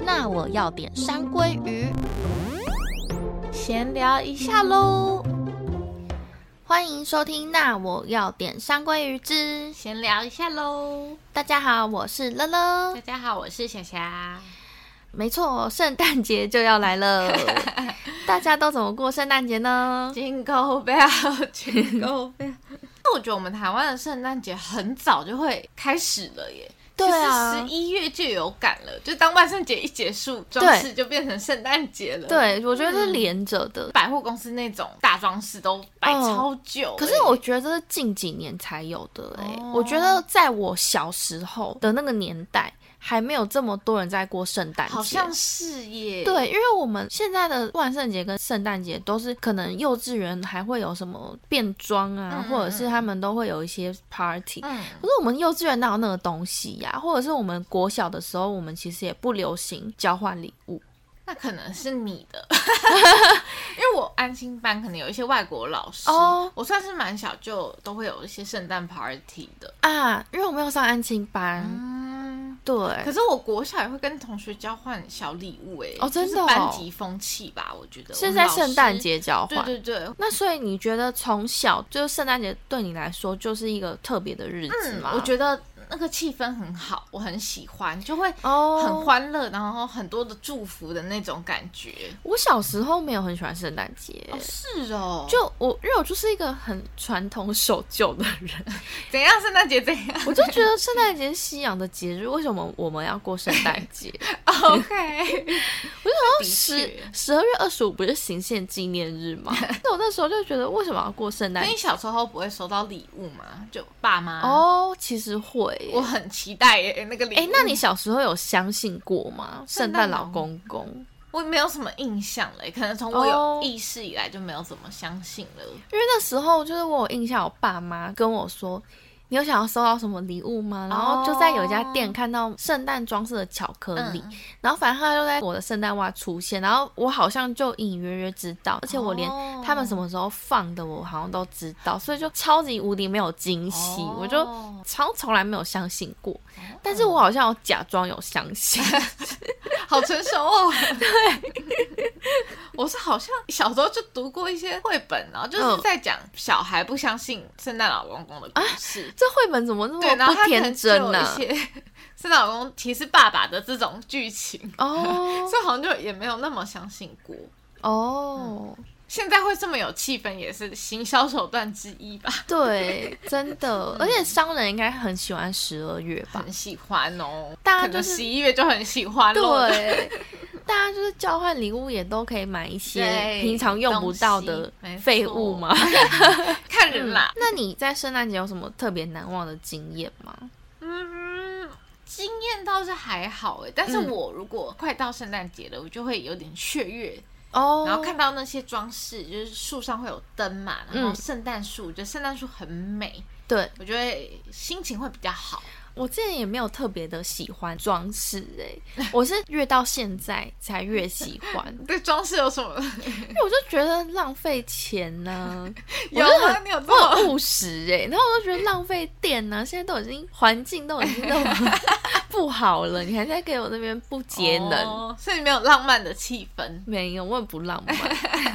那我要点山鲑鱼。闲聊一下喽，欢迎收听《那我要点山鲑鱼之》，闲聊一下喽。大家好，我是乐乐大。家好，我是霞霞。没错，圣诞节就要来 了，大家都怎么过圣诞节呢？ Jingle bell，Jingle bell。那 我觉得我们台湾的圣诞节很早就会开始了耶。对啊十一月就有感了，就当万圣节一结束，装饰就变成圣诞节了。，对，我觉得是嗯连着的，百货公司那种大装饰都摆嗯超久了耶、可是我觉得近几年才有的哎、哦我觉得在我小时候的那个年代，还没有这么多人在过圣诞节。好像是耶。对，因为我们现在的万圣节跟圣诞节都是可能幼稚园还会有什么变装啊，嗯或者是他们都会有一些 party。嗯，可是我们幼稚园哪有那个东西呀、或者是我们国小的时候，我们其实也不流行交换礼物。那可能是你的， 因为我安心班可能有一些外国老师，哦我算是蛮小就都会有一些圣诞 party 的。啊，因为我没有上安亲班，嗯，对，可是我国小也会跟同学交换小礼物、欸，哎，哦真的哦班级风气吧，我觉得是在圣诞，节交我们换老。师对对对。那所以你觉得从小就是圣诞节对你来说就是一个特别的日子嗯吗？，我觉得那个气氛很好，我很喜欢，就会得哦，很。欢乐，然后很多的祝福的那种感觉。我小时候没有很喜欢圣诞节，哦，是哦，就我因为我就是一个很传统守旧的人，怎样圣诞节怎样 我就觉得圣诞节是西洋的节日，为什么我们要过圣诞 节？哦，OK，我想十十二月二十五不是行宪纪念日 吗？那我那时候就觉得为什么要过圣诞那节你？小时候不会收到礼物吗？就爸妈，哦，其实会耶，我很期待耶、那个礼物。哎、那你小时候有相信过吗？圣诞老公公？我没有什么印象了耶、可能从我有哦意识以来就没有怎么相信了。因为那时候就是我有印象，我爸妈跟我说。你有想要收到什么礼物吗？然后就在有一家店看到圣诞装饰的巧克力，哦嗯然后反正他就在我的圣诞袜出现，然后我好像就隐隐约约知道，而且我连哦他们什么时候放的我好像都知道，所以就超级无敌没有惊喜，哦我就超从来没有相信过，但是我好像有假装有相 信，好成 熟哦。对，我是好像小时候就读过一些绘本，然后就是嗯啊在讲小孩不相信圣诞老公公的故事。 这绘本怎么那对，然么后不他可天能就真啊有呢、一些圣诞老公其实爸爸的这种剧情，哦 所以好像就也没有那么相信过。嗯哦，现在会这么有气氛，也是行销手段之一吧，对，真的，嗯而且商人应该很喜欢十二月吧？很喜欢哦。大家就可能是十一月就很喜欢咯，对，大家就是交换礼物也都可以买一些对平常用不到的废物嘛。哎看人啦。 那你在圣诞节有什么特别难忘的经验吗？嗯，经验倒是还好哎，但是嗯我如果快到圣诞节了，我就会有点雀跃，哦然后看到那些装饰，就是树上会有灯嘛，然后嗯圣诞树，我觉得圣诞树很美，对我觉得心情会比较好。我之前也没有特别的喜欢装饰哎，我是越到现在才越喜欢，对装饰有什 么？因为我就觉得浪费钱呢、有我就吗？你有这我么？很务实哎、然后我就觉得浪费电呢、现在都已经环境都已经那 么不好了，你还在给我那边不节能。哦，所以没有浪漫的气 氛。没有，我也不浪漫。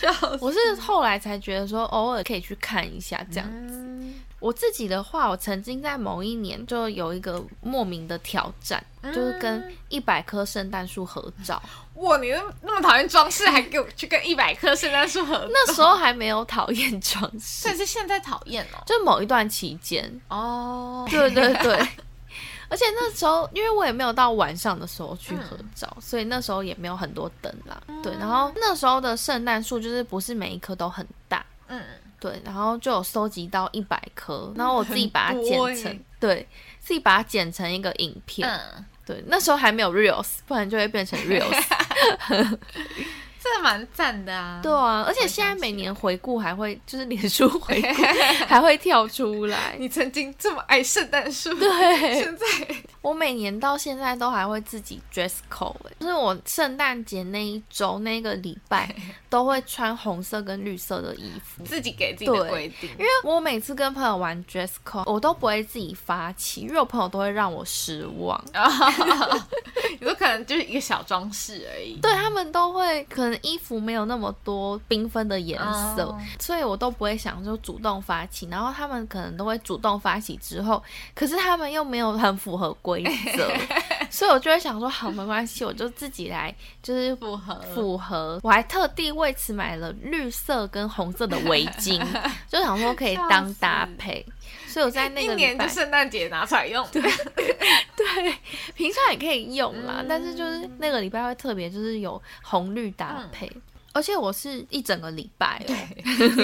笑死我是后来才觉得说，偶尔可以去看一下这样。嗯我自己的话，我曾经在某一年就有一个莫名的挑战，嗯就是跟一百棵圣诞树合 照。哇，你那那么讨厌装饰，还给我去跟一百棵圣诞树合那时候还没有讨厌装饰所，以是现在讨厌哦。就某一段期间， 哦，对对对。 而且那时候，因为我也没有到晚上的时候去合照，嗯所以那时候也没有很多灯啦。对，然后那时候的圣诞树就是不是每一棵都很大，嗯，对，然后就有收集到一百颗，然后我自己把它剪很多成，耶对自己把它剪成一个影片。嗯，对，那时候还没有 reels，不然就会变成 reels。这蛮赞的啊。对，啊，而且现在每年回顾还会，就是脸书回 顾还会跳出来。你曾经这么爱圣诞树，对现在我每年到现在都还会自己 dress code，、欸、就是我圣诞节那一周那个礼拜都会穿红色跟绿色的衣服。自己给自己的对规定，因因为我每次跟朋友玩 dress code，我都不会自己发起，因为我朋友都会让我失望。 你说可能就是一个小装饰而已。对他们都会可能衣服没有那么多缤纷的颜色哦所以我都不会想说主动发起，然后他们可能都会主动发起之后，可是他们又没有很符合规则，所以我就会想说好没关系，我就自己来，就是符合符合。我还特地为此买了绿色跟红色的围 巾，就想说可以当搭配，所以我在那一个礼年拜 就圣诞节拿出来用，对，对，平常也可以用啦，嗯但是就是那个礼拜会特别，就是有红绿搭配。而且我是一整个礼拜哦，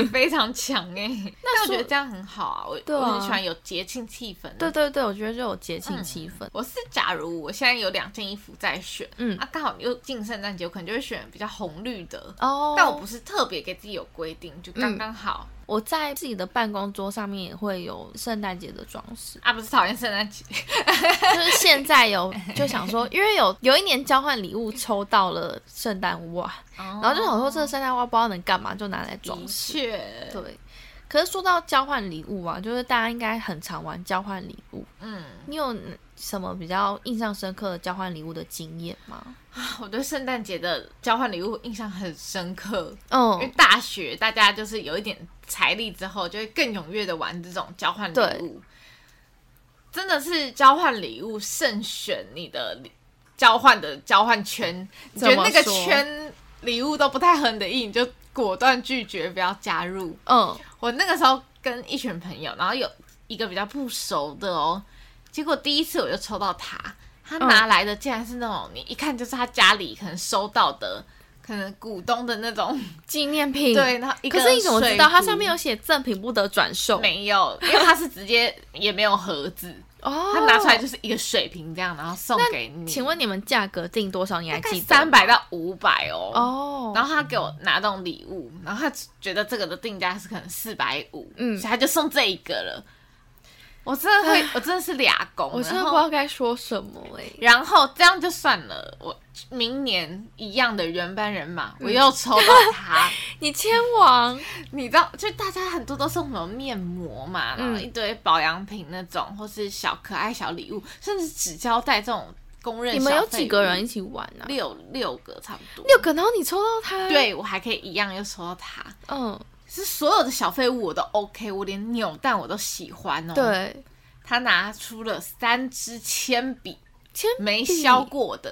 非常强哎、那我觉得这样很好啊，我对啊我很喜欢有节庆气氛。对，对对，我觉得就有节庆气氛。我是假如我现在有两件衣服在选，嗯啊，刚好又近圣诞节，我可能就会选比较红绿的。哦，但我不是特别给自己有规定，就嗯刚刚好、，我在自己的办公桌上面也会有圣诞节的装饰啊，不是讨厌圣诞节，就是现在有就想说，因为有有一年交换礼物抽到了圣诞袜，然然后就想说这个圣诞袜不知道能干嘛，就拿来装哦的饰。确，对，可是说到交换礼物啊，就是大家应该很常玩交换礼物，嗯，你有什么比较印象深刻的交换礼物的经验吗？ 我对圣诞节的交换礼物印象很深刻，因为嗯，大学大家就是有一点财力之后，就会更踊跃的玩这种交换礼物。真的是交换礼物慎选你的礼交换的交换圈，你觉怎得么那个说圈礼物都不太合你的意，你就果断拒绝，不要加入。 嗯，我那个时候跟一群朋友，然后有一个比较不熟的哦，结果第一次我就抽到他，他拿来的竟然是那种、你一看就是他家里可能收到的，可能股东的那种，纪念品。对，然后一个可是你怎么知道它上面有？有写赠品不得转售？没有，因为他是直接也没有盒子，哦，他拿出来就是一个水瓶这样，然后送给你。请问你们价格定多少？你还大概记得？三。百到五百哦。哦，然后他给我拿那种礼物，然后他觉得这个的定价是可能四百五，嗯所以他就送这一个了。我真的会，我真的是俩公，我真的然不后知道该说什么哎、然后这样就算了，我明年一样的原班人马，嗯我又抽到 他。你签王，你知道，就大家很多都送什么面膜嘛，然后嗯一堆保养品那种，或是小可爱小礼物，甚至纸胶带这种公认。你们有几个人一？起玩呢、啊？六六个差不多。六个，然后你抽到它，，嗯对我还可以一样又抽到它，嗯，是所有的小废物我都 OK，我连扭蛋我都喜欢哦。，对，他拿出了三支铅笔，铅笔没削。过的，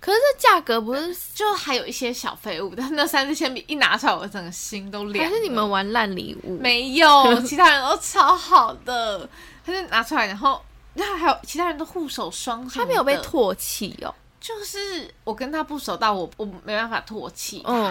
可是这价格不是，就还有一些小废物，但那三支铅笔一拿出来，我整个心都凉还了。是你们玩烂礼物？没有， 其他人都超好的，他就拿出来，然后那还有其他人都护手霜，他没有被，唾弃哦。就是我跟他不熟到我我没办法唾弃他，嗯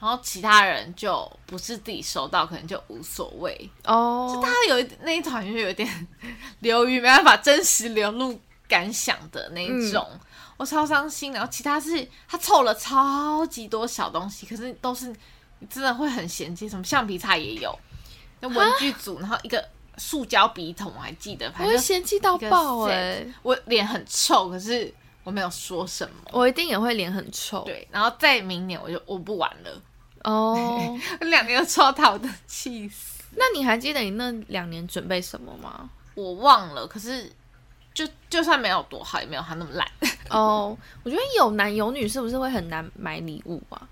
然后其他人就不是自己收到，可能就无所谓。哦，他有一那一团就有点 流于没办法真实流露感想的那一种。我超伤心，然后其他是他凑了超级多小东西，可是都是你真的会很嫌弃，什么橡皮擦也有，那文具组，然后一个塑胶笔筒，啊我还记得，我反会正嫌弃到爆哎、我脸很臭，可是我没有说什么。我一定也会脸很臭。对，然后再明年我就我不玩了， 哦，两年都抽到他，我都气死。那你还记得你那两年准备什么吗？我忘了，可是就就算没有多好，也没有他那么烂。 哦，我觉得有男有女是不是会很难买礼物啊？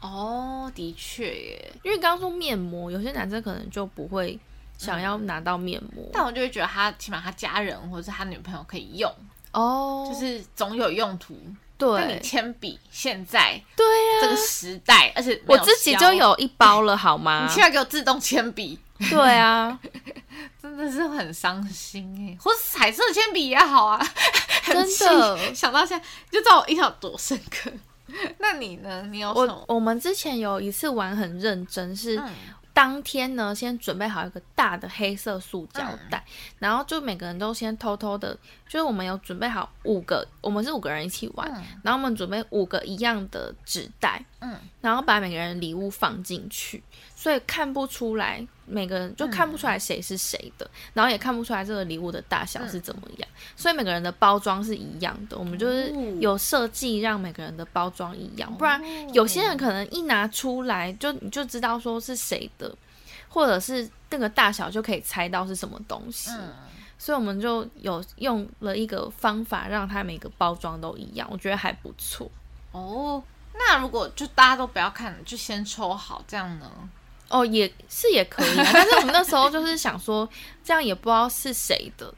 哦，的确耶，因为刚刚说面膜，有些男生可能就不会想要拿到面膜。嗯但我就会觉得他起码他家人或者是他女朋友可以用，哦，就是总有用途。那你对铅笔现在对呀、这个时 代，而且没我有自己削 就，有一啊包了，好吗你？现在给我自动铅笔，对 啊，真的是很伤心哎。或是彩色铅笔也好啊， 很真气的想到现在就知道我印象多深刻。 那你呢？你有什我么？我们之前有一次玩很认真，是嗯当天呢，先准备好一个大的黑色塑胶袋，嗯然后就每个人都先偷偷的，就是我们有准备好五个，我们是五个人一起玩，嗯然后我们准备五个一样的纸袋，嗯，然后把每个人的礼物放进去，所以看不出来每个人就看不出嗯来谁是谁的，然后也看不出来这个礼物的大小是怎么样，所以每个人的包装是一样的，我们就是哦有设计让每个人的包装一样，不然有些人可能一拿出来就你就知道说是谁的，或者是那个大小就可以猜到是什么东西，嗯所以我们就有用了一个方法，让它每个包装都一样，我觉得还不错。哦，那如果就大家都不要看，就先抽好，这样呢？哦，也是也可 以、啊，但是我们那时候就是想说，这样也不知道是谁的，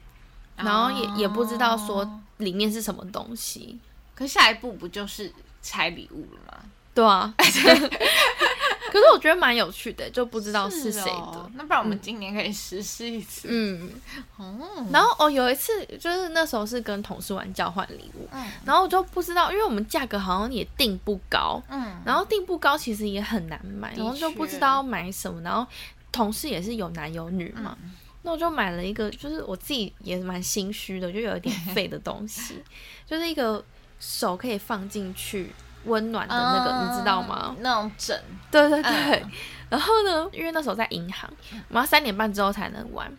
然后也、也不知道说里面是什么东西。可下一步不就是拆礼物了吗？对 啊，可是我觉得蛮有趣的，就不知道是谁的。哦那不然我们今年可以实施一次。嗯，哦，然后哦，有一次就是那时候是跟同事玩交换礼物，嗯然后我就不知道，因为我们价格好像也定不高，嗯，然后定不高，其实也很难买，的然后就不知道要买什么。然后同事也是有男有女嘛，嗯那我就买了一个，就是我自己也蛮心虚的，就有一点废的东 西，就是一个手可以放进去温暖的那个，你知道吗嗯？？那种枕，对对对。然后呢，因为那时候在银行，我们要三点半之后才能玩。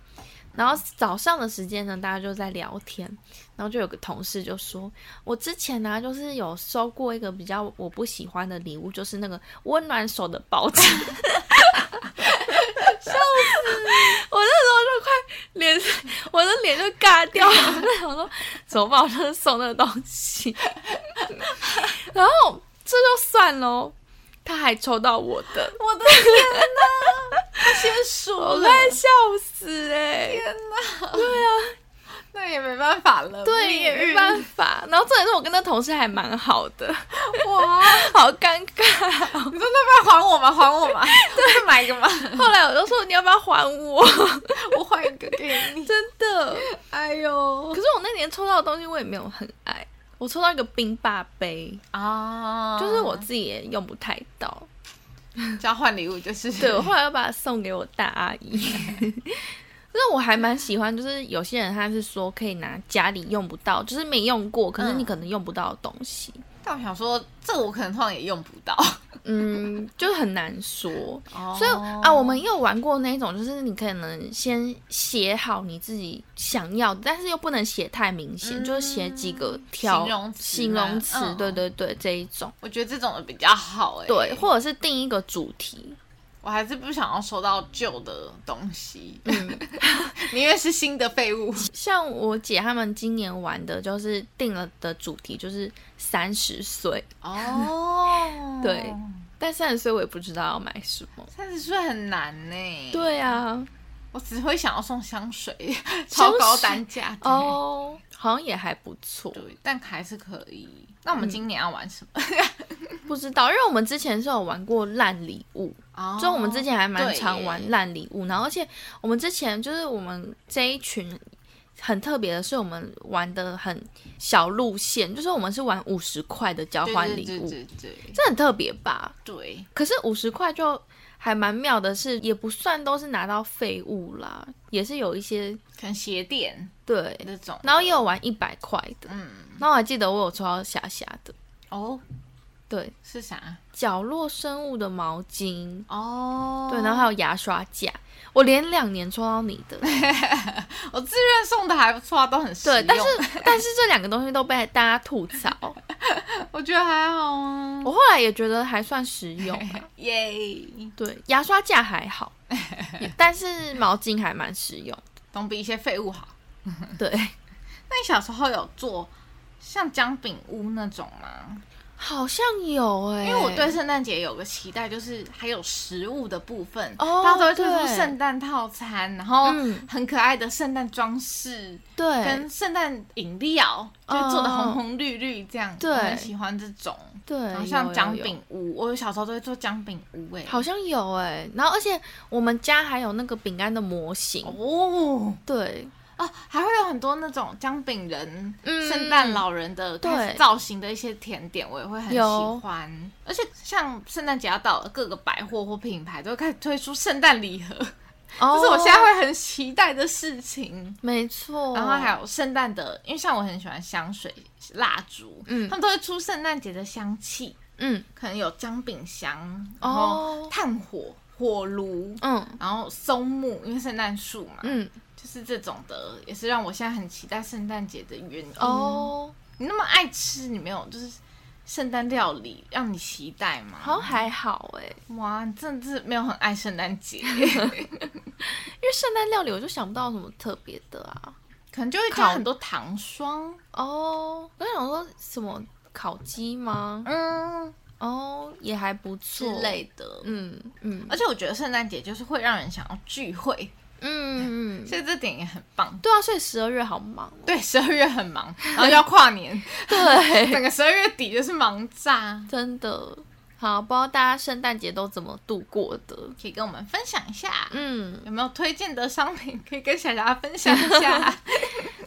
然后早上的时间呢，大家就在聊天，然后就有个同事就说：“我之前呢、就是有收过一个比较我不喜欢的礼物，就是那个温暖手的包巾。” 笑死！我那时候就快脸，我的脸就尬掉了。我就想说，怎么办？我就是送那个东西， 然后这就算喽，他还抽到我的，我的天哪！先说我了，啊快笑死哎、欸！ 那也没办法了，对，命也没运办法。然后重点是我跟那同事还蛮好 的，哇！好尴尬。你说那不要还我吗？还我 吗？对，买一个嘛，后来我就说你要不要还 我？我换一个给你。 真的。哎呦可是我那年抽到的东西我也没有很爱，我抽到一个冰霸杯，啊，就是我自己也用不太到。交换礼物就是对 我后来又把它送给我大阿姨。 那我还蛮喜欢，就是有些人他是说可以拿家里用不到，就是没用过，可是你可能用不到的东西，但我想说，这我可能通常也用不到，嗯，就是很难说。哦所以啊，我们也有玩过那种，就是你可能先写好你自己想要的，但是又不能写太明显，就是写几个条嗯形容词形容词嗯对对对，这一种，我觉得这种的比较好哎。对，或者是定一个主题，我还是不想要收到旧的东西，宁愿是新的废物。嗯像我姐他们今年玩的，就是定了的主题就是三十岁，哦，对但三十岁我也不知道要买什么。三十岁很难呢。，对啊，我只会想要送香水，超高单价的。哦，好像也还不错，对，但还是可以。那我们今年要玩什么？不知道，因为我们之前是有玩过烂礼物，哦就我们之前还蛮对常耶玩烂礼物，然后而且我们之前就是我们这一群很特别的是，我们玩的很小路线，就是我们是玩五十块的交换礼物，对对对对对这很特别吧？对，可是五十块就还蛮妙的是，也不算都是拿到废物啦，也是有一些可能鞋垫对，那种。然后也有玩一百块的，嗯，然后我还记得我有抽到霞霞的，哦，对，是啥？角落生物的毛巾，哦，对，然后还有牙刷架，我连两年抽到你的。我自愿送的还不错啊，都很实对，用。但是 但是这两个东西都被大家吐槽，我觉得还好啊。我后来也觉得还算实用啊、 耶对，牙刷架还好， 也但是毛巾还蛮实用。总比一些废物好。对，那你小时候有做像姜饼屋那种吗？好像有哎、因为我对圣诞节有个期待，就是还有食物的部分，哦大家都会推出对圣诞套餐，然后嗯很可爱的圣诞装饰。对跟圣诞饮料，就嗯是做的红红绿绿这样，对我很喜欢这种。对，然后像有姜，有有饼屋，我小时候都会做姜饼屋哎、好像有哎、然后而且我们家还有那个饼干的模型，哦对啊，还会有很多那种姜饼人、嗯圣诞老人的对开始造型的一些甜点，我也会很喜欢。而且像圣诞节要到了，各个百货或品牌都会开始推出圣诞礼盒， 哦哦这是我现在会很期待的事情。没错，然后还有圣诞的，因为像我很喜欢香水、蜡烛，嗯他们都会出圣诞节的香气，嗯可能有姜饼香，然哦后炭火、火炉，嗯然后松木，因为圣诞树嘛，嗯就是这种的，也是让我现在很期待圣诞节的原因。哦，你那么爱吃，你没有就是圣诞料理让你期待好像吗？还好哎、哇，你真的是没有很 爱圣诞节。因为圣诞料理我就想不到什么特别的啊。可能就会加烤很多糖霜，哦，我想说什么烤鸡吗？嗯哦，也还不之错。类的。嗯嗯而且我觉得圣诞节就是会让人想要聚会，嗯嗯，所以这点也很棒。 对啊，所以十二月好忙哦。对，十二月很忙，然后要跨年， 对，整个十二月底就是忙炸。真的好，不知道大家圣诞节都怎么度过的？可以跟我们分享一下，嗯，有没有推荐的商品可以跟小霞分享一下？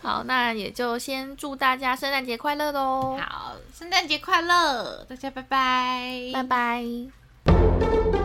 好，那也就先祝大家圣诞节快乐喽，好，圣诞节快乐，大家拜拜，拜拜。